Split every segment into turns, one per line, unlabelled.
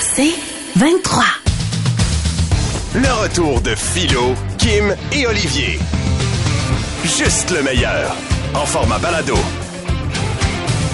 C'est 23.
Le retour de Philo, Kim et Olivier. Juste le meilleur. En format balado.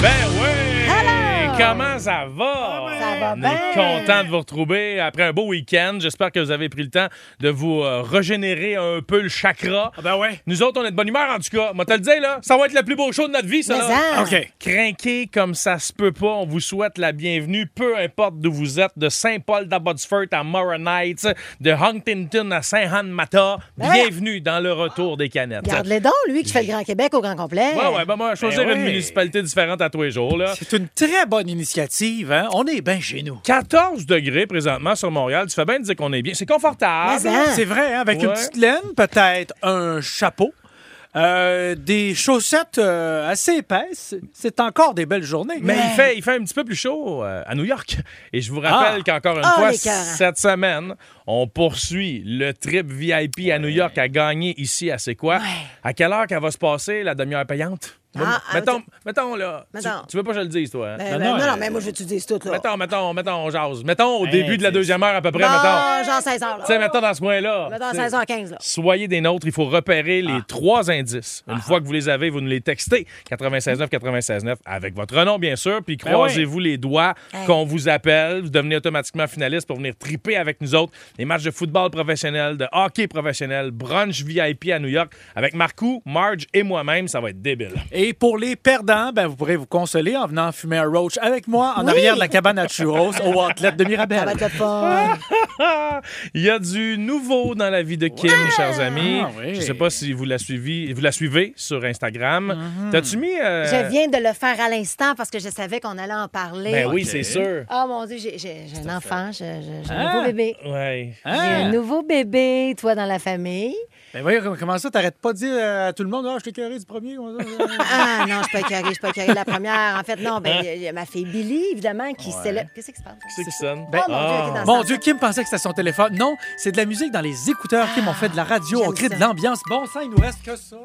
Ben oui!
Hello!
Comment ça va?
Ça va
On
bien.
est content de vous retrouver après un beau week-end. J'espère que vous avez pris le temps de vous euh, régénérer un peu le chakra.
Ah ben ouais.
Nous autres, on est de bonne humeur en tout cas. Moi, te le dire, là, ça va être le plus beau show de notre vie, ça.
Mais hein?
là.
ça.
OK.
Crinqué comme ça se peut pas, on vous souhaite la bienvenue, peu importe d'où vous êtes, de Saint-Paul d'Abbotsford à Moronites, de Huntington à Saint-Han-Mata.
Ben ouais.
Bienvenue dans le retour des canettes.
Garde-les dons, lui, qui fait le Grand Québec au Grand Complet.
Ouais, ouais, ben moi, choisir
Ben
une
ouais.
municipalité différente à tous les jours, là.
C'est une très bonne initiative, hein? On est bien chez nous.
14 degrés présentement sur Montréal. Tu fais bien de dire qu'on est bien. C'est confortable.
Mais hein.
C'est vrai, hein? Avec une
Ouais.
petite laine, peut-être un chapeau, euh, des chaussettes euh, assez épaisses. C'est encore des belles journées.
Mais il fait, il fait un petit peu plus chaud euh, à New York. Et je vous rappelle
Ah.
qu'encore une
Ah,
fois,
les cœurs.
cette semaine, on poursuit le trip VIP à New York à gagner ici à C'est quoi? À quelle heure qu'elle va se passer, la demi-heure payante?
Ah, ah,
mettons,
tu-
mettons, là. tu-
Mettons.
Tu, veux pas que je le dise, toi? hein?
Ben, ben, non,
non,
non,
euh,
mais moi, je veux que tu dises tout, là.
Mettons, mettons, mettons, on jase. Mettons au
Ben,
Hey,
début de la
c'est-
deuxième heure à peu près,
Ah,
mettons.
genre 16 heures, là.
Tu sais, mettons dans ce point-là.
Mettons
tu sais.
16h15, là.
Soyez des nôtres, il faut repérer
Ah.
les trois indices. Une fois que vous les avez, vous nous les textez 969 969 avec votre nom bien sûr, puis
Ben
croisez-vous les doigts
Hey.
qu'on vous appelle, vous devenez automatiquement finaliste pour venir triper avec nous autres les matchs de football professionnel, de hockey professionnel, brunch VIP à New York avec Marcou, Marge et moi-même, ça va être débile.
Et pour les perdants, ben, vous pourrez vous consoler en venant fumer un roach avec moi en
Oui.
arrière de la cabane à churros au Outlet
Ça va
de
ben,
Mirabel.
être le fun.
Ah! Il y a du nouveau dans la vie de Kim, chers amis.
Ah oui.
Je sais pas si vous la suivez, vous la suivez sur Instagram.
Mhm.
T'as-tu mis euh,
Je viens de le faire à l'instant parce que je savais qu'on allait en parler.
Ben oui, c'est sûr.
Oh mon Dieu, j'ai j'ai- j'ai un enfant, j'ai j'ai- j'ai un
Ah.
nouveau bébé.
Ouais.
J'ai un
Ah.
Hein?
nouveau bébé, toi, dans la famille.
Ben voyons, comment- comment ça, t'arrêtes pas de dire à tout le monde, ah, je t'ai écœuré du premier. comme ça.
Ah non, je suis pas écœurée, je suis pas écœurée. La première, en fait, non, ben, il y a- il y a ma fille Billy, évidemment, qui célèbre. Qu'est-ce qui se passe?
Ah. C'est qui sonne?
Ben, mon Dieu,
Ah.
elle est dans
Mon Dieu, Kim pensait que c'était son téléphone. Non, c'est de la musique dans les écouteurs. Kim, on fait de la radio, on
Ah, j'aime
crée de
ça.
l'ambiance. Bon sang, il nous reste que ça.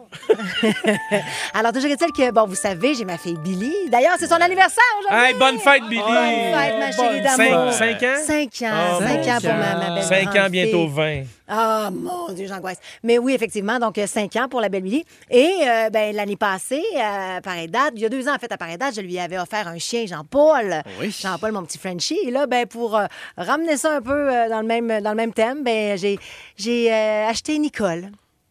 Alors, toujours est-il que, bon, vous savez, j'ai ma fille Billy. D'ailleurs, c'est son anniversaire aujourd'hui.
Hey, bonne fête, Billy!
Ah! Bonne fête, ma chérie
Bonne
d'amour.
Cinq- cinq ans?
5 ans,
Oh,
5 ans
mon
pour ma,
Dieu.
ma belle
5 ans,
grande
bientôt
fille.
20.
Ah, mon Dieu, j'angoisse. Mais oui, effectivement, donc 5 ans pour la belle Billy. Et euh, ben, l'année passée, euh, à pareille date, il y a deux ans, en fait, à pareille date, je lui avais offert un chien, Jean-Paul.
Oui.
Jean-Paul, mon petit Frenchie. Et là, ben, pour euh, ramener ça un peu euh, dans, le même, dans le même thème, ben, j'ai j'ai, euh, acheté Nicole.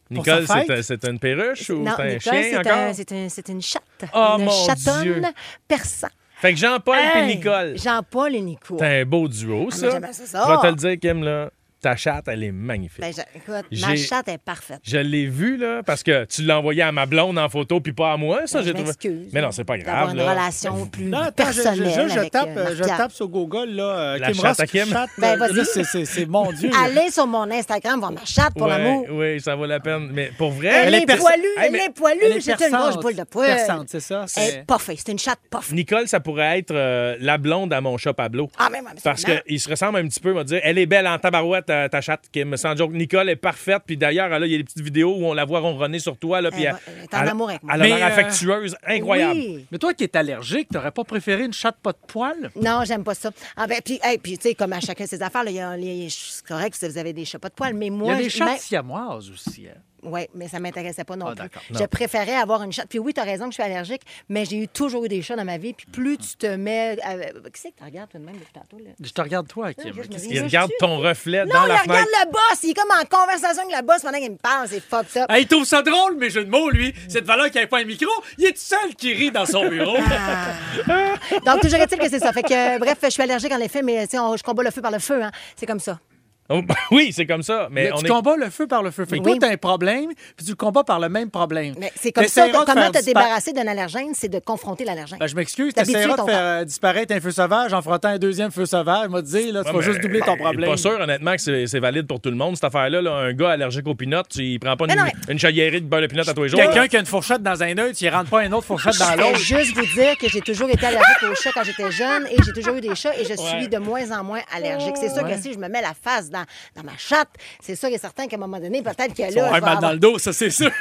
Nicole,
sa fête?
c'est un- c'est une perruche ou
non,
c'est un
Nicole,
chien
c'est
encore?
un- c'est un- c'est une chatte.
Oh,
une
mon
chatonne
Dieu.
persan.
Fait que Jean-Paul et
Hey,
Nicole,
Jean-Paul et Nico.
c'est un beau duo,
mais
ça.
j'aimais ça, ça.
Je vais te le dire, Kim, là, ta chatte, elle est magnifique.
Ben, je- écoute, ma
J'ai-
chatte est parfaite.
Je l'ai vu, là, parce que tu l'as envoyé à ma blonde en photo, puis pas à moi, ça,
Ben,
j'ai
je
trouvé.
m'excuse.
Mais non, c'est pas
D'avoir
grave,
une
là.
relation plus
Non, attends, je,
personnelle
je, je, je
avec,
tape,
euh,
je
Marc-Pierre.
tape sur Google, là, euh,
La
Kim
chatte
Ross,
à Kim.
chatte,
Ben,
euh,
vas-y.
là, c'est- c'est c'est mon Dieu. là.
Allez sur mon Instagram voir ma chatte, pour
Ouais,
l'amour.
Oui, ça vaut la peine. Mais pour vrai,
Elle,
Elle
est
est persa-
poilue,
Hey,
elle
mais-
est poilue.
Elle est
C'est une grosse
perçante.
boule de poil.
Perçante, c'est ça.
Elle
c'est-
est puffée. C'est une chatte puffée.
Nicole, ça pourrait être euh, la blonde à mon chat Pablo.
Ah, mais, mais
Parce
absolument.
qu'il se ressemble un petit peu, on va dire. Elle est belle en tabarouette, euh, ta, ta chatte, Kim. Sans joke, Nicole est parfaite. Puis d'ailleurs, là, il y a des petites vidéos où on la voit ronronner sur toi. Là, puis
Elle va- elle est en amour avec moi.
Elle a l'air
Mais, euh,
affectueuse, incroyable.
Oui.
Mais toi qui es allergique, t'aurais pas préféré une chatte pas de poils?
Non, j'aime pas ça. Ah ben, puis, hey, puis tu sais, comme à chacun ses affaires, là, il y a les- c'est correct si vous avez des chats pas de poils, mais
Il y
moi,
a des
je- ben-
chattes
mais-
siamoises aussi. hein.
Oui, mais ça m'intéressait pas non
Ah,
plus.
d'accord.
Je préférais avoir une chatte. Puis oui, tu as raison que je suis allergique, mais j'ai eu toujours eu des chats dans ma vie. Puis plus tu te mets. euh, Qu'est-ce que tu regardes tout de même depuis tantôt? Là?
Je te regarde toi, Kim.
je me
Qu'est-ce
dis-
qu'il y
Il
a?
regarde ton reflet
Non,
dans
il
la
regarde
fenêtre.
le boss. Il est comme en conversation avec le boss pendant qu'il me parle. C'est fucked up.
Ah, il trouve ça drôle, mais jeu de mots, lui. Cette valeur qui n'avait pas un micro, il est tout seul qui rit dans son bureau.
Donc, toujours est-il que c'est ça. Fait que, euh, bref, je suis allergique en effet, mais tu sais, on- je combats le feu par le feu. Hein. C'est comme ça.
Oh, bah oui, c'est comme ça. Mais on
tu
est...
combats le feu par le feu. Fait que
Oui.
toi, t'as un problème, puis tu le combats par le même problème.
Mais c'est comme ça.
T'essaieras de
Comment
faire
te
dispara-
débarrasser d'un allergène, c'est de confronter l'allergène.
Ben, je m'excuse,
T'habitues
t'essaieras
ton
de faire euh, disparaître un feu sauvage en frottant un deuxième feu sauvage. Moi, te dire, là, tu
Ouais,
vas
mais-
juste doubler ton problème.
Ben, Pas sûr, honnêtement, que c'est c'est valide pour tout le monde, cette affaire-là. là. Un gars allergique aux peanuts, il prend pas
Mais
une,
non,
une chaudière de beurre de peanuts à tous les jours.
Quelqu'un qui a une fourchette dans un œil, tu ne rentres pas une autre fourchette dans
Je vais
l'autre.
juste vous dire que j'ai toujours été allergique aux chats quand j'étais jeune et j'ai toujours eu des chats et je suis de moins en moins allergique. C'est sûr que si je me mets la face dans, dans ma chatte, c'est sûr et certain qu'à un moment donné, peut-être que là.
Ouais,
je vais
mal dans
avoir-
le dos, ça, c'est sûr.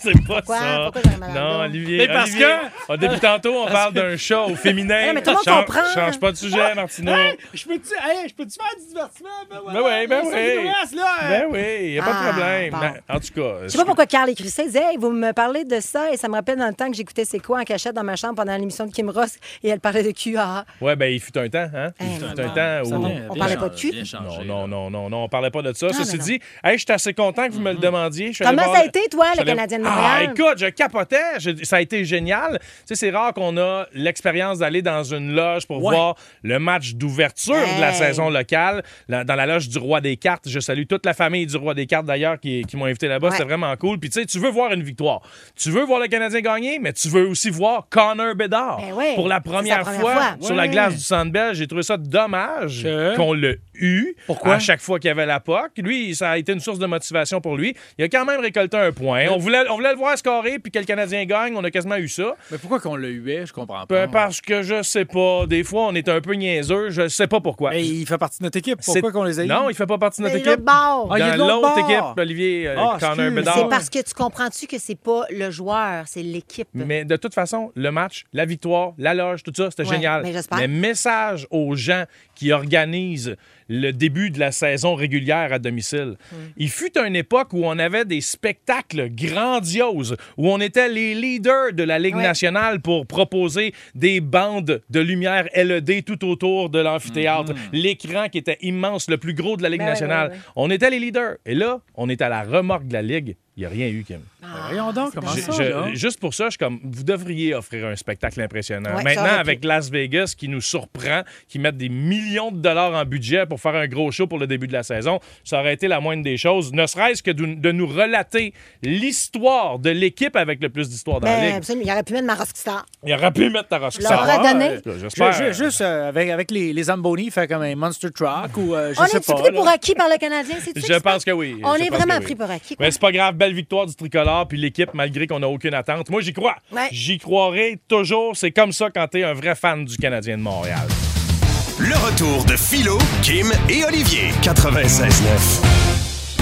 c'est pas
Pourquoi?
ça.
Pourquoi j'aurais mal à la
non,
gorge?
Olivier.
Mais parce
Olivier,
que-
ah, depuis tantôt, on parle d'un chat au féminin.
Ouais, mais tout le monde
Change-
comprend.
Change pas de sujet, Martino.
Hey, je peux-tu hey, je peux-tu faire du divertissement? Ben,
Ben oui, ben
c'est
oui.
dégueulasse, là, hein.
Ben oui, il n'y a pas de
Ah,
problème.
bon.
Ben, En tout cas,
Je sais pas pourquoi Carl écrit ça. Il disait, Hey, vous me parlez de ça et ça me rappelle dans le temps que j'écoutais C'est quoi en cachette dans ma chambre pendant l'émission de Kim Ross et elle parlait de cul. Ah, ah.
Ouais, ben il fut un temps, hein?
Hey,
il fut un
Eh, non.
temps
Ça
où.
va. On parlait pas de cul.
Non, non, non, non, non, on parlait pas de ça.
Non,
Ceci
Ah, non, non.
dit, hey, je suis assez content que vous me le demandiez. Je suis
Comment
allé
ça
voir
a été, toi,
je suis
le
allé-
Canadien de
Ah,
Montréal?
écoute, je capotais. Je- Ça a été génial. Tu sais, c'est rare qu'on a l'expérience d'aller dans une loge pour
Ouais.
voir le match d'ouverture de la
Hey.
saison locale, la- dans la loge du Roi des Cartes. Je salue toute la famille du Roi des Cartes, d'ailleurs, qui, qui m'ont invité là-bas.
Ouais.
C'était vraiment cool. Puis, tu sais, tu veux voir une victoire. Tu veux voir le Canadien gagner, mais tu veux aussi voir Connor Bedard
Ben ouais,
pour la
c'est sa
première,
première
fois,
fois.
sur la
Ouais.
glace du Centre Bell. J'ai trouvé ça dommage
Que?
qu'on le eu
Pourquoi?
à chaque fois qu'il y avait la POC. Lui, ça a été une source de motivation pour lui. Il a quand même récolté un point. On voulait, on voulait le voir scorer, puis que le Canadien gagne. On a quasiment eu ça.
Mais pourquoi qu'on le huait? Je comprends
Peu-
Ah.
pas.
Parce que je sais pas. Des fois, on est un peu niaiseux. Je sais pas pourquoi.
Mais il fait partie de notre équipe.
C'est-
Pourquoi qu'on les a
Non, il fait pas partie de notre
C'est le
équipe.
bord.
Ah, il est
Dans
de l'autre
l'autre
bord.
équipe, Olivier euh,
Ah,
Connor
excuse.
Bedard.
C'est parce que tu comprends-tu que c'est pas le joueur, c'est l'équipe.
Mais de toute façon, le match, la victoire, la loge, tout ça, c'était
Ouais,
génial.
mais j'espère.
message aux gens qui organisent le début de la saison régulière à domicile.
Hmm.
Il fut une époque où on avait des spectacles grandioses, où on était les leaders de la Ligue
Ouais.
nationale pour proposer des bandes de lumière LED tout autour de l'amphithéâtre. L'écran qui était immense, le plus gros de la Ligue
Hmm. Ben ouais,
nationale.
ouais, ouais.
On était les leaders. Et là, on est à la remorque de la Ligue. Il n'y a rien eu, Kim.
Ah,
Ben, Voyons donc
c'est
comment
Je-
dommage.
ça,
je-
là.
juste pour ça, je suis comme vous devriez offrir un spectacle impressionnant.
Ouais, ça
Maintenant,
aurait pu.
avec Las Vegas qui nous surprend, qui mettent des millions de dollars en budget pour faire un gros show pour le début de la saison, ça aurait été la moindre des choses. Ne serait-ce que de, de nous relater l'histoire de l'équipe avec le plus d'histoire dans la
Ben,
ligue.
absolument, il aurait pu mettre ma Ross qui sort.
Il aurait pu mettre Taras
Je l'aurais
Kusar.
donné.
Ouais, J'espère.
Ju- ju- Juste euh, avec, avec les, les Zamboni, il fait comme un monster truck ou euh, je
On
sais
est-tu
pas.
pris
là.
pour acquis par le Canadien?
Je
C'est-tu ça qui se
pense
passe?
que oui.
On
Je
est
pense
vraiment
que oui.
pris pour acquis. quoi.
Mais c'est pas grave, belle victoire du tricolore, puis l'équipe, malgré qu'on n'a aucune attente. Moi, j'y crois.
Ouais.
J'y croirai toujours. C'est comme ça quand t'es un vrai fan du Canadien de Montréal.
Le retour de Philo, Kim et Olivier. 96.9.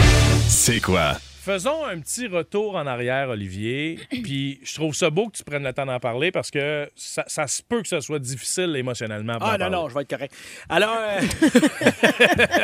C'est quoi?
Faisons un petit retour en arrière, Olivier. Puis je trouve ça beau que tu prennes le temps d'en parler parce que ça, ça se peut que ce soit difficile émotionnellement. pour en
Ah non,
parler.
non, je vais être correct. Alors, euh,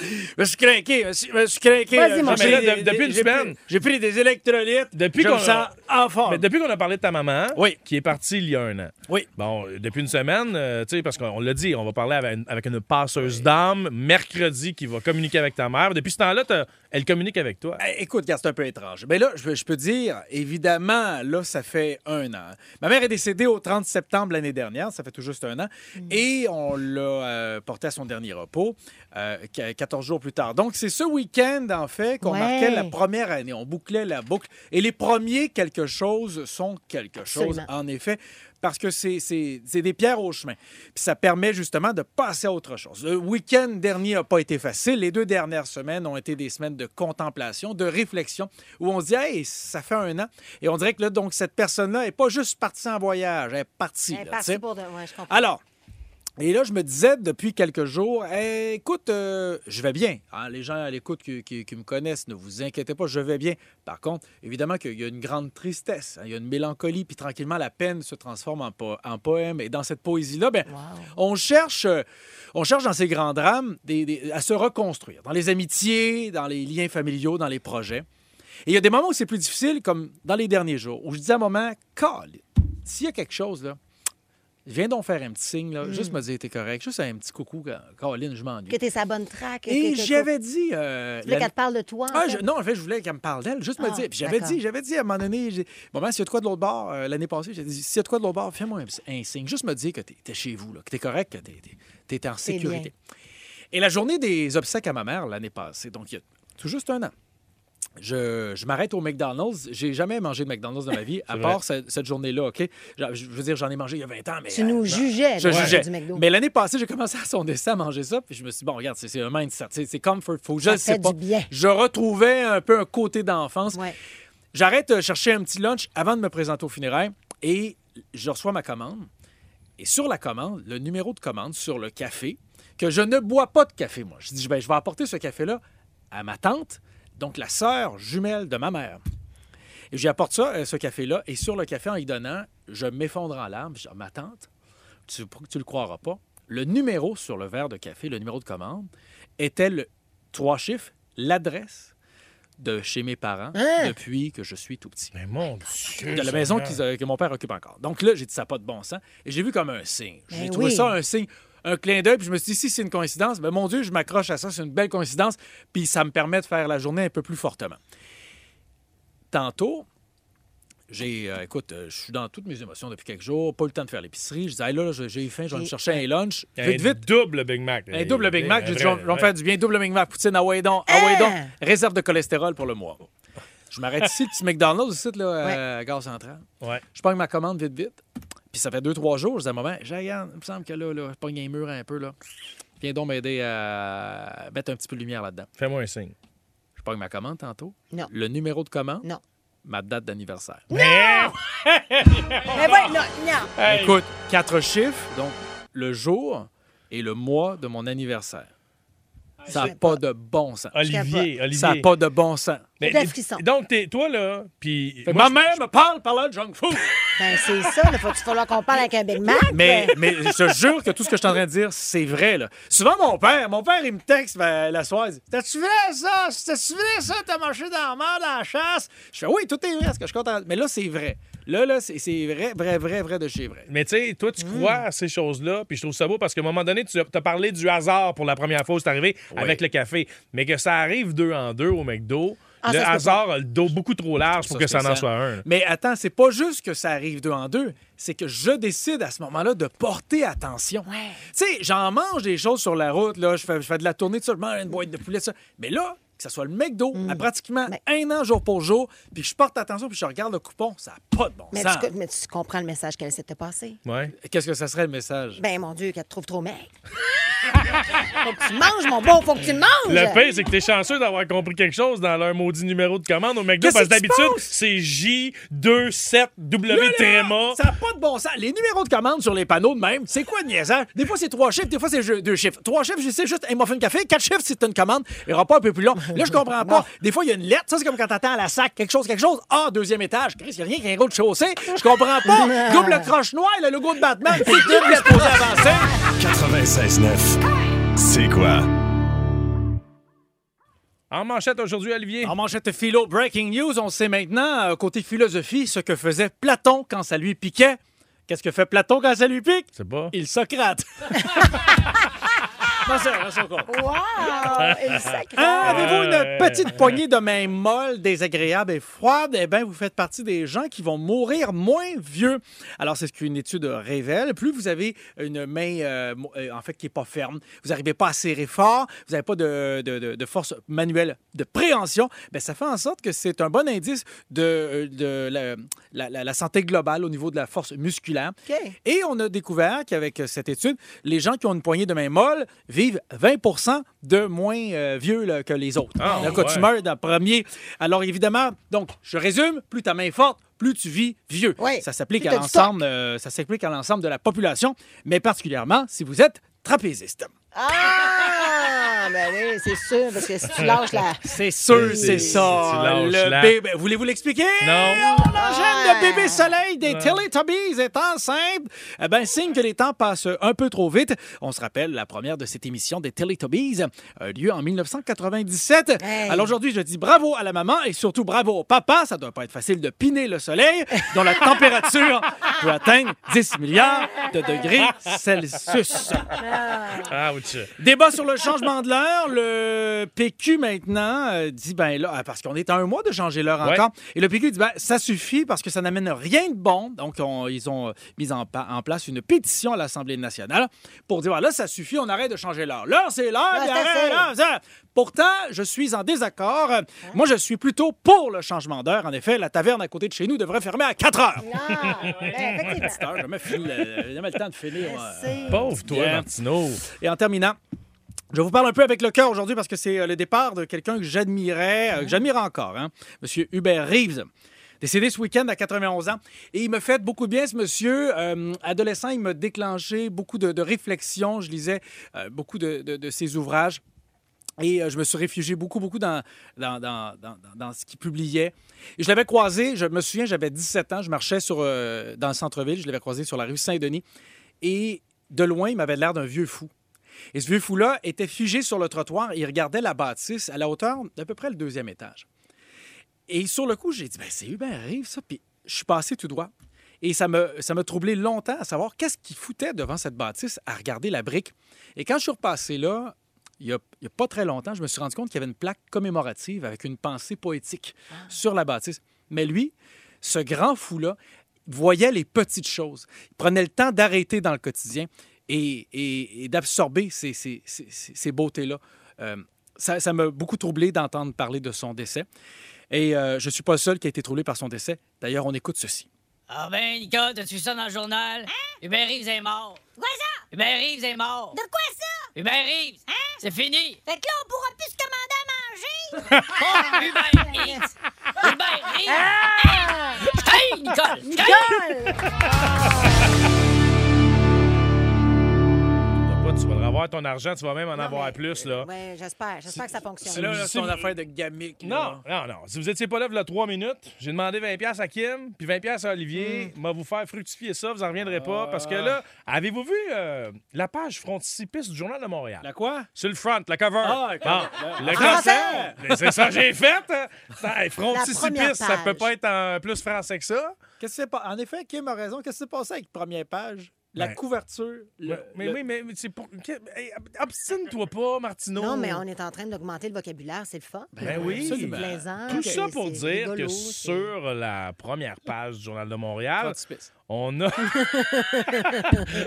je me suis craqué, je me suis- je me suis craqué.
Vas-y,
là.
mon chum.
J'ai pris
Mais là,
des-
de- depuis une
j'ai pris-
semaine.
J'ai pris des électrolytes.
Depuis
je me
qu'on
sens
a-
en forme.
Mais depuis qu'on a parlé de ta maman,
Oui.
qui est partie il y a un an.
Oui.
Bon, euh, depuis une semaine, euh, tu sais, parce qu'on l'a dit, on va parler avec une, avec une passeuse d'âme mercredi qui va communiquer avec ta mère. Depuis ce temps-là, t'as- elle communique avec toi.
Eh, Écoute, gars, c'est un peu étrange. Mais là, je, peux- je peux dire, évidemment, là, ça fait un an. Ma mère est décédée au 30 septembre l'année dernière, ça fait tout juste un an, et on l'a euh, portée à son dernier repos euh, qu- 14 jours plus tard. Donc, c'est ce week-end, en fait, qu'on
Ouais.
marquait la première année. On bouclait la boucle. Et les premiers quelque chose sont quelque chose,
Absolument.
en effet, parce que c'est c'est- c'est des pierres au chemin. Puis ça permet justement de passer à autre chose. Le week-end dernier n'a pas été facile. Les deux dernières semaines ont été des semaines de contemplation, de réflexion, où on se dit, hey, ça fait un an. Et on dirait que là, donc, cette personne-là n'est pas juste partie en voyage, elle est partie.
Elle est
là,
partie
tu sais.
pour de- ouais, je comprends.
Alors, et là, je me disais depuis quelques jours, Eh, écoute, euh, je vais bien. Hein, les gens à l'écoute qui, qui- qui me connaissent, ne vous inquiétez pas, je vais bien. Par contre, évidemment qu'il y a une grande tristesse, hein, il y a une mélancolie, puis tranquillement, la peine se transforme en, po- en poème. Et dans cette poésie-là, ben,
Wow.
on cherche, euh, on cherche dans ces grands drames des- des- à se reconstruire, dans les amitiés, dans les liens familiaux, dans les projets. Et il y a des moments où c'est plus difficile, comme dans les derniers jours, où je dis à un moment, Call, s'il y a quelque chose, là, viens donc faire un petit signe, là, juste me dire, t'es correct, juste un petit coucou, Ca- Caroline, je
Mm. Que
m'ennuie.
t'es sa bonne traque.
Et
que- que-
j'avais dit. euh,
Tu voulais
la-
qu'elle te parle de toi. en
ah,
fait.
je- non, en fait, je voulais qu'elle me parle d'elle, juste me
Ah,
dire. Puis j'avais
d'accord.
dit, j'avais dit à un moment donné, j'ai- maman, s'il y a de quoi de l'autre bord, euh, l'année passée, j'ai dit, s'il y a de quoi de l'autre bord, fais-moi un, petit- un signe. Juste me dire que t'es t'es chez vous, là, que t'es correct, que t'es- t'es t'es en sécurité. Et la journée des obsèques à ma mère, l'année passée, donc il y a tout juste un an, je, je m'arrête au McDonald's. J'ai jamais mangé de McDonald's dans ma vie, à
vrai.
part ce- cette journée-là, OK? Je, je veux dire, j'en ai mangé il y a 20 ans, mais...
Tu
euh,
nous
non.
jugeais,
Je
donc,
jugeais.
du McDo.
Mais l'année passée, j'ai commencé à son décès à manger ça, puis je me suis dit, bon, regarde, c'est c'est un mindset, c'est c'est comfort food, je
Ça
le sais
fait
pas.
du bien.
Je retrouvais un peu un côté d'enfance.
Ouais.
J'arrête de chercher un petit lunch avant de me présenter au funéraire et je reçois ma commande. Et sur la commande, le numéro de commande sur le café, que je ne bois pas de café, moi. Je dis, ben, je vais apporter ce café-là à ma tante, donc la sœur jumelle de ma mère. Et j'y apporte ça, euh, ce café-là, et sur le café, en y donnant, je m'effondre en larmes. Je dis, ma tante, tu, tu le croiras pas, le numéro sur le verre de café, le numéro de commande, était le trois chiffres, l'adresse de chez mes parents
Hein?
depuis que je suis tout petit.
Mais mon Dieu.
De la maison
Seigneur.
qu'ils, euh, que mon père occupe encore. Donc là, j'ai dit ça n'a pas de bon sens. Et j'ai vu comme un signe. J'ai
Ben
trouvé
oui.
ça un signe, un clin d'œil. Puis je me suis dit, si c'est une coïncidence, ben mon Dieu, je m'accroche à ça. C'est une belle coïncidence. Puis ça me permet de faire la journée un peu plus fortement. Tantôt, j'ai, euh, écoute, euh, je suis dans toutes mes émotions depuis quelques jours. Pas eu le temps de faire l'épicerie. Je dis, Ah, là, j'ai- j'ai faim, je vais me chercher un lunch.
Il y a
Vite,
un
vite.
Double Big Mac.
Un double Big Mac, j'ai dit, je vais je vais me
Ouais.
faire du bien. Double Big Mac, poutine, ah ouais donc, ah
Hein?
ouais donc. Réserve de cholestérol pour le mois. Je m'arrête ici, petit McDonald's, ici, là, à Gare Centrale.
Ouais.
Je pogne ma commande vite, vite. Puis ça fait deux, trois jours. Je dis à maman, j'ai regarde, il me semble que là, là je pogne un mur un peu. là. Viens donc m'aider à mettre un petit peu de lumière là-dedans.
Fais-moi un signe.
Je pogne ma commande tantôt.
Non.
Le numéro de commande.
Non.
Ma date d'anniversaire.
Mais-
Mais ouais, non, non.
Hey!
Écoute, quatre chiffres, donc le jour et le mois de mon anniversaire. Ça
je
n'a
sais
pas
pas.
de bon sens.
Olivier, Olivier.
Ça n'a pas de bon sens.
Mais-
J'ai des frissons.
Donc, t'es- toi, là, puis...
Fait que
moi,
ma mère me parle par là de junk food.
Ben, c'est ça. Il faut falloir qu'on parle avec un Big Mac.
Mais, mais je te jure que tout ce que je suis en train de dire, c'est vrai. Là. Souvent, mon père, mon père, il me texte ben, la soirée. il dit, T'as-tu vrai ça? T'as-tu vrai ça? T'as marché dans la merde, dans la chasse? Je fais oui, tout est vrai, ce que je compte. en- Mais là, c'est vrai. Là, là, c'est c'est vrai, vrai, vrai, vrai de chez vrai.
Mais tu sais, toi,
Mm.
tu crois à ces choses-là, puis je trouve ça beau parce qu'à un moment donné, tu as t'as parlé du hasard pour la première fois où c'est arrivé avec le café. Mais que ça arrive deux en deux au McDo,
Ah,
le
ça se peut
hasard a le dos beaucoup trop large pour que ça en
spécial.
soit un. là.
Mais attends, c'est pas juste que ça arrive deux en deux, c'est que je décide à ce moment-là de porter attention. Tu sais, j'en mange des choses sur la route, là, je fais, je fais de la tournée de ça, je mange une boîte de poulet, ça. Mais là, que ce soit le McDo, à pratiquement un an jour pour jour, puis que je porte attention, puis je regarde le coupon, ça n'a pas de bon
Mais
sens.
tu, mais tu comprends le message qu'elle s'était passé.
Ouais.
Qu'est-ce que ça serait le message?
Ben, mon Dieu, qu'elle te trouve trop maigre. faut que tu manges, mon bon, faut que tu manges.
Le pire, c'est que t'es chanceux d'avoir compris quelque chose dans leur maudit numéro de commande au McDo
Qu'est-ce
parce que
qui se
d'habitude,
passe?
c'est J27W
Là, là,
tréma.
Ça n'a pas de bon sens. Les numéros de commande sur les panneaux de même, c'est quoi de niaisage? Des fois, c'est trois chiffres, des fois, c'est ju- deux chiffres. Trois chiffres, je sais juste un muffin de café. Quatre chiffres, c'est une commande. Il aura pas un peu plus long. Là, je comprends pas. Des fois, il y a une lettre. Ça, c'est comme quand t'attends à la sac, quelque chose, quelque chose. Ah, deuxième étage. Chris, il n'y a rien qu'un rôle de chaussée. Je comprends pas. Double croche noire, le logo de Batman. C'est double supposé avancer.
96.9. C'est quoi?
En manchette aujourd'hui, Olivier.
En manchette philo, breaking news, on sait maintenant, euh, côté philosophie, ce que faisait Platon quand ça lui piquait. Qu'est-ce que fait Platon quand ça lui pique?
C'est pas.
Il Socrate. Attention, attention encore.
Wow! Il sacré.
Hein, Avez-vous
Euh.
une petite poignée de main molle, désagréable et froide? Eh bien, vous faites partie des gens qui vont mourir moins vieux. Alors, c'est ce qu'une étude révèle. Plus vous avez une main, euh, mo- euh, en fait, qui n'est pas ferme, vous n'arrivez pas à serrer fort, vous n'avez pas de, de- de- de force manuelle de préhension, ben ça fait en sorte que c'est un bon indice de, euh, de la, la- la- la santé globale au niveau de la force musculaire.
OK.
Et on a découvert qu'avec euh, cette étude, les gens qui ont une poignée de main molle vivent 20 de moins euh, vieux là, que les autres.
Ah,
Là, quand
ouais.
tu meurs d'un premier. Alors évidemment, donc je résume, plus ta main est forte, plus tu vis vieux.
Ouais,
Ça s'applique
plus
à
t'as du
l'ensemble euh, ça s'applique à l'ensemble de la population, mais particulièrement si vous êtes trapéziste.
Ah! Ben oui, c'est sûr, parce que si tu lâches la.
C'est sûr,
C'est-
c'est
c'est
ça.
lâche, là.
Le bébé, ben, voulez-vous l'expliquer Ah,
Non.
On enchaîne le
Ouais.
bébé soleil des Teletubbies est enceinte. Eh ben signe que les temps passent un peu trop vite. On se rappelle la première de cette émission des Teletubbies a eu lieu en 1997.
Hey.
Alors aujourd'hui, je dis bravo à la maman et surtout bravo au papa. Ça doit pas être facile de piner le soleil dont la température peut atteindre 10 milliards de degrés Celsius.
Ouch.
Débat sur le changement de l'heure. Le PQ maintenant euh, dit ben là, parce qu'on est à un mois de changer l'heure
Ouais.
encore. Et le PQ dit ben ça suffit parce que ça n'amène rien de bon. Donc on- ils ont euh, mis en, pa- en place une pétition à l'Assemblée nationale pour dire voilà ça suffit, on arrête de changer l'heure. L'heure c'est l'heure.
Ouais,
puis
c'est
arrête
assez.
l'heure, ça. Pourtant je suis en désaccord. Euh, Moi je suis plutôt pour le changement d'heure. En effet la taverne à côté de chez nous devrait fermer à 4 heures.
Ah! Ben, effectivement.
Heure, jamais, fini, euh, jamais le temps de finir. euh.
C'est-
Pauvre toi,
Bien.
Martineau.
Et en terminant, je vous parle un peu avec le cœur aujourd'hui parce que c'est euh, le départ de quelqu'un que j'admirais, euh, que j'admire encore, hein, Monsieur Hubert Reeves. Décédé ce week-end à 91 ans. Et il me fait beaucoup de bien, ce monsieur. Euh, adolescent, il m'a déclenché beaucoup de, de réflexions. Je lisais euh, beaucoup de- de- de ses ouvrages. Et euh, je me suis réfugié beaucoup, beaucoup dans, dans, dans, dans, dans ce qu'il publiait. Et je l'avais croisé, je me souviens, j'avais 17 ans, je marchais sur, euh, dans le centre-ville, je l'avais croisé sur la rue Saint-Denis. Et de loin, il m'avait l'air d'un vieux fou. Et ce vieux fou-là était figé sur le trottoir et il regardait la bâtisse à la hauteur d'à peu près le deuxième étage. Et sur le coup, j'ai dit, ben, c'est Hubert Rive, ça. Puis je suis passé tout droit. Et ça me, ça m'a troublé longtemps à savoir qu'est-ce qu'il foutait devant cette bâtisse à regarder la brique. Et quand je suis repassé là, il n'y a, il y a pas très longtemps, je me suis rendu compte qu'il y avait une plaque commémorative avec une pensée poétique sur la bâtisse. Mais lui, ce grand fou-là, voyait les petites choses. Il prenait le temps d'arrêter dans le quotidien et, et- et d'absorber ces, ces- ces- ces- ces beautés-là. Euh, ça ça m'a beaucoup troublé d'entendre parler de son décès. Et euh, je ne suis pas le seul qui a été troublé par son décès. D'ailleurs, on écoute ceci.
Ah ben, Nicole, t'as-tu vu ça dans le journal? Hubert Reeves est mort.
Hein? Quoi ça? Hein?
Hubert Reeves est mort.
De quoi ça?
Hubert Reeves, c'est fini.
Fait que là, on pourra plus se commander à manger. Ah.
Pas Hubert Reeves. Hubert
Ah.
Reeves. Hey! Hey, Nicole! Hey!
T'as pas, tu vas le revoir ton argent, tu vas même en avoir plus, là.
euh, Ouais, j'espère. J'espère que ça
C'est
fonctionne.
là, là,
Si
son
vous-
affaire de gamique.
Non,
là.
non, non. Si vous étiez pas là, il y a trois minutes, j'ai demandé 20$ à Kim, puis 20$ à Olivier.
Hmm.
M'a vous faire fructifier ça, vous en reviendrez pas. Parce
Ah.
que là, avez-vous vu euh, la page frontispice du Journal de Montréal?
La quoi?
Sur le front, la cover.
Ah, ok.
Bon, le
français.
concept. Mais C'est ça que j'ai fait. hein. Ça, hey, frontispice,
première
ça peut
page.
pas être en plus français que ça.
Qu'est-ce qui s'est pas- En effet, Kim a raison. Qu'est-ce qui s'est passé avec première page? La
Ben,
couverture. le-
mais
le-
oui, mais mais c'est pour. que- hey, Obstine-toi pas, Martineau.
Non, mais on est en train d'augmenter le vocabulaire, c'est le fun.
Ben oui.
C'est
absolument.
plaisant.
Tout ça
c'est-
pour
c'est
dire
rigolo,
que
c'est-
sur la première page du Journal de Montréal,
frontispice.
on a...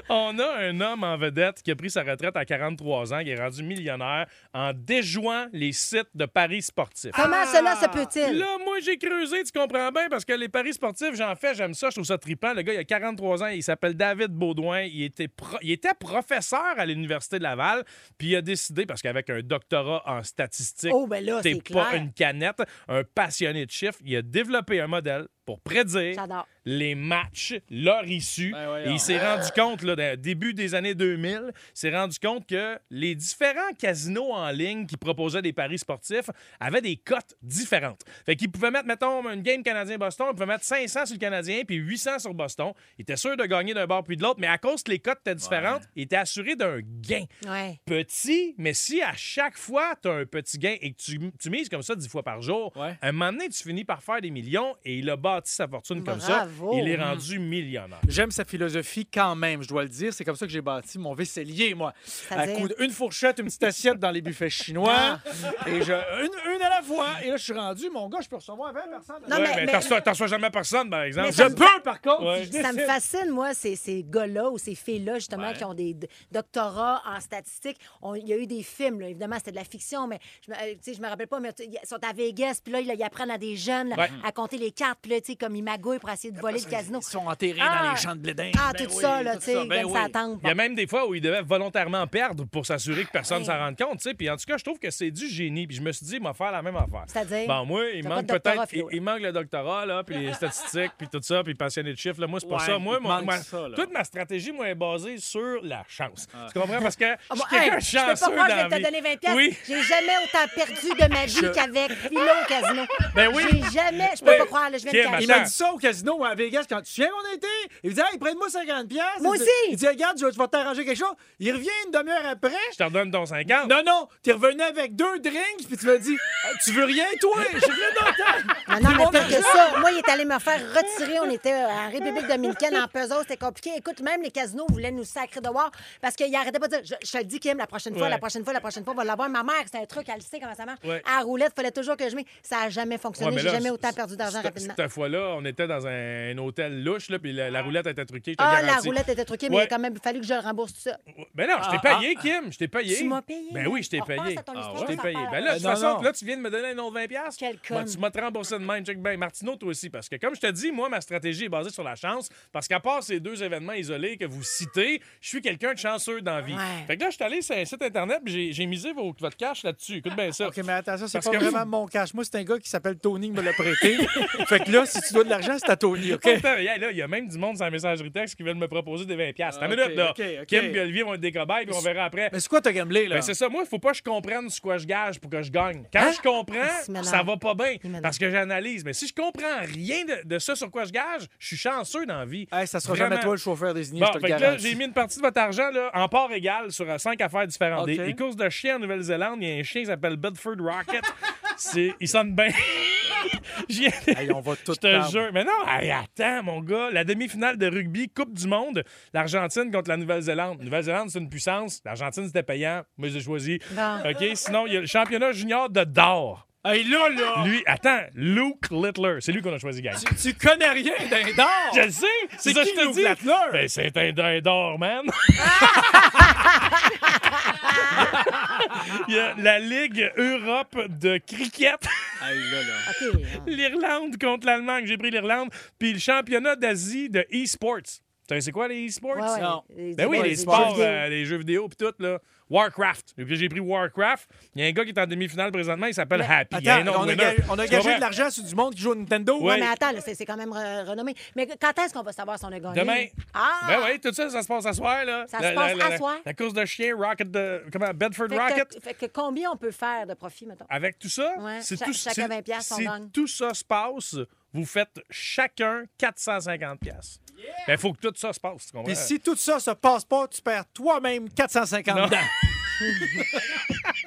on a un homme en vedette qui a pris sa retraite à 43 ans, qui est rendu millionnaire en déjouant les sites de paris sportifs.
Comment cela se peut-il?
Là, moi, j'ai creusé, tu comprends bien, parce que les paris sportifs, j'en fais, j'aime ça, je trouve ça trippant. Le gars, il a 43 ans, il s'appelle David Baudouin, il était, pro- il était professeur à l'Université de Laval, puis il a décidé, parce qu'avec un doctorat en statistiques,
Oh, ben là,
t'es
c'est
pas
clair.
une canette, un passionné de chiffres, il a développé un modèle pour prédire
J'adore.
les matchs, leur issue.
Ben voyons.
Et il s'est rendu compte, là, dans le début des années 2000, il s'est rendu compte que les différents casinos en ligne qui proposaient des paris sportifs avaient des cotes différentes. Fait qu'ils pouvaient mettre, mettons, une game Canadien-Boston, ils pouvaient mettre 500 sur le Canadien puis 800 sur Boston. Il était sûr de gagner d'un bord puis de l'autre, mais à cause que les cotes étaient différentes, il était assuré d'un gain
Ouais.
petit, mais si à chaque fois tu as un petit gain et que tu, tu mises comme ça 10 fois par jour,
Ouais.
un moment donné, tu finis par faire des millions et il a bâti sa fortune comme ça.
Bravo. Mm.
Il est rendu millionnaire.
J'aime sa philosophie quand même, je dois le dire. C'est comme ça que j'ai bâti mon vaisselier, moi. À
C'est-à-dire?
coup d'une fourchette, une petite assiette dans les buffets chinois. et je, une, une à la fois. Et là, je suis rendu, mon gars, je peux recevoir 20 personnes.
Non,
Ouais,
mais-
mais
mais-
t'en reçois- t'en reçois jamais personne, par exemple.
Mais
je
ça me
peux, par contre.
Ouais.
si je
Ça me
décide.
fascine, moi, ces, ces gars-là ou ces filles-là, justement, qui ont des d- doctorats en statistiques. On- Il y a eu des films, là. évidemment, c'était de la fiction, mais je me, euh, tu sais, je me rappelle pas, mais tu- ils sont à Vegas, puis là, ils, ils apprennent à des jeunes là,
Ouais. Ah,
à compter les cartes, puis là, tu sais, comme ils magouillent pour essayer de voler le casino.
Ils sont enterrés dans
Ah!
les champs de blé d'Inde.
Ah,
Ben
tout
oui,
ça, là, tu sais,
ça,
ils
ben
donnent ça à
oui.
tente.
Il y a même des fois où il devait volontairement perdre pour s'assurer que personne ne s'en rende compte. tu sais. Puis en tout cas, je trouve que c'est du génie. Puis je me suis dit, il m'a faire la même affaire.
C'est-à-dire?
Bon, moi, il
T'as pas
manque
de doctorat,
peut-être. Il,
Philo, là.
il manque le doctorat, là, puis les statistiques, puis tout ça, puis passionné de chiffres. là. Moi, c'est pas
Ouais,
ça. Moi,
il te
mon-
manque
ma-
ça, là.
toute ma stratégie, moi, est basée sur la chance. Tu comprends? Parce que je
Ah
suis
bon,
quelqu'un
hey,
de
je peux pas
chanceux
croire que
dans
je
la
vais te
vie.
donner 20 pièces.
Oui.
J'ai jamais autant perdu de ma vie qu'avec Philo au casino.
Ben oui.
J'ai jamais... Je peux
Oui.
pas croire, là, je viens
Kim,
de
Il
cacher.
m'a
Attends.
dit ça au casino à Vegas quand tu viens, on a été. Il me dit, hey, prête-moi 50$. piastres.
Moi
Il dit-
aussi.
Il dit, regarde, je vais je vais t'arranger quelque chose. Il revient une demi-heure après.
Je te redonne ton 50.
Non, non, t'es revenu avec deux drinks, puis tu m'as dit, Ah, tu veux rien, toi? Je viens d'entendre.
Non, non, mais pire que ça. Moi, il est allé me faire retirer. On était euh, en République dominicaine, en puzzle. C'était compliqué. Écoute, même les casinos voulaient nous sacrer dehors parce qu'il arrêtait pas de dire Je, je te le dis, Kim, la prochaine fois,
Ouais.
la prochaine fois, la prochaine fois, on va l'avoir. Ma mère, c'est un truc, elle sait comment ça marche.
Ouais.
À la roulette, fallait toujours que je mets. Ça n'a jamais
Ouais,
fonctionné.
mais
J'ai
là,
jamais
c-
autant perdu d'argent
cette-
rapidement.
Cette fois-là, on était dans un, un hôtel louche, là, puis la, la roulette était truquée. je te
Ah, la
garantis.
roulette était truquée, mais il
Ouais.
a quand même fallu que je le rembourse tout ça.
Ben non, je t'ai
Ah,
payé, Kim. Je t'ai payé.
Tu m'as payé. hein?
Ben oui, je t'ai
On repasse
payé.
à ton
Ah,
histoire,
je t'ai
ça
payé.
parle.
Ben là, de toute
Non,
façon,
non.
là, tu viens de me donner un autre 20$. piastres.
Quel
Ben,
con.
Tu m'as te remboursé de même, check bien. Martineau, toi aussi, parce que comme je te dis, moi, ma stratégie est basée sur la chance, parce qu'à part ces deux événements isolés que vous citez, je suis quelqu'un de chanceux dans la vie.
Ouais.
Fait que là, je suis allé sur un site Internet, puis j'ai- j'ai misé vos- votre cash là-dessus. Écoute bien ça.
OK, mais attention, c'est
Parce
pas
que-
vraiment mon cash. Moi, c'est un gars qui s'appelle Tony qui me l'a prêté. fait que là, si tu dois de l'argent, c'est à Tony, OK?
Attends, hey, là, il y a même du monde sur la messagerie texte qui veulent me proposer des 20$. piastres. Attends
Ah,
une minute,
ok,
là.
ok, ok.
Kim et Olivier vont être des cobayes, puis on verra après.
Mais c'est quoi t'as gamblé, là?
Ben, c'est ça, moi, il faut pas que je comprenne ce que je gage pour que je gagne. Quand
Hein?
je
Il se
comprends,
mélange.
ça va pas bien
Il mélange.
parce que j'analyse. Mais si je comprends rien de, de ça sur quoi je gage, je suis chanceux dans la vie.
Hey, ça sera
Vraiment.
jamais toi le chauffeur désigné,
Bon,
je te
fait
le
que là,
garantis.
j'ai mis une partie de votre argent là, en part égale sur euh, cinq affaires différentes. Des-
Ok.
Des courses de chiens en Nouvelle-Zélande, il y a un chien qui s'appelle Bedford Rocket. C'est- il sonne bien. J'y ai-
Hey, on va tout
Je te
perdre.
jure. Mais non, hey, attends, mon gars. La demi-finale de rugby, Coupe du Monde, l'Argentine contre la Nouvelle-Zélande. Nouvelle-Zélande, c'est une puissance. L'Argentine, c'était payant. Moi, j'ai choisi.
Bon.
OK, sinon, il y a le championnat junior de Dor.
Hey, là, là!
Lui, attends, Luke Littler. C'est lui qu'on a choisi, gars.
Tu- Tu connais rien d'un dard!
Je le sais!
C'est
ça que
qui,
je te
Luke
dis.
Littler?
Ben, c'est un dindor, man! Il y a la Ligue Europe de cricket.
Hey, là, là.
OK. euh,
L'Irlande contre l'Allemagne. J'ai pris l'Irlande. Puis le championnat d'Asie de e-sports. Tu sais, c'est quoi les e-sports?
ouais, ouais.
Non.
Les-
Ben oui,
ouais,
les
les
sports,
jeux
euh, les jeux vidéo puis tout, là. Warcraft. Et puis J'ai pris Warcraft. Il y a un gars qui est en demi-finale présentement, il s'appelle Happy. Il y a un
Attends,
nom
on,
de
a
winner.
ga- on a
Tu
gagé
comprends?
de l'argent sur du monde qui joue au Nintendo.
Ouais.
Non, mais attends, là, c'est c'est quand même euh, renommé. Mais quand est-ce qu'on va savoir si on a gagné?
Demain.
Ah!
Ben oui, tout ça, ça se passe à soir, là.
Ça
La-
se
la-
passe
la-
à
la-
soir.
La course de chien, Rocket de. Comment? Bedford
Fait que-
Rocket. Ah.
fait que combien on peut faire de profit, mettons?
Avec tout ça,
Ouais,
c'est
cha-
tout
chacun
c'est-
20 piastres, on
si
gagne.
tout ça se passe, vous faites chacun 450 pièces. Ben, il faut que tout ça se passe, tu comprends?
Puis si tout ça se passe pas, tu perds toi-même 450
Non.
dedans.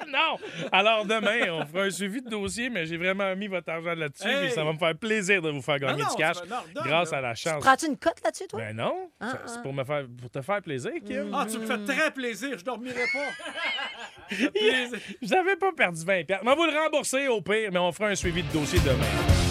Non! Alors, demain, on fera un suivi de dossier, mais j'ai vraiment mis votre argent là-dessus,
Hey!
mais ça va me faire plaisir de vous faire gagner
non,
du
tu
cash
vas- non, donne,
grâce
là.
à la chance.
Prends-tu une cote là-dessus, toi?
Ben non,
Ah,
ça- c'est pour, me faire, pour te faire plaisir,
Mm.
Kim.
Ah, tu me fais très plaisir, je dormirai pas.
J'avais pas perdu 20 piastres. Mais on va le rembourser au pire, mais on fera un suivi de dossier demain.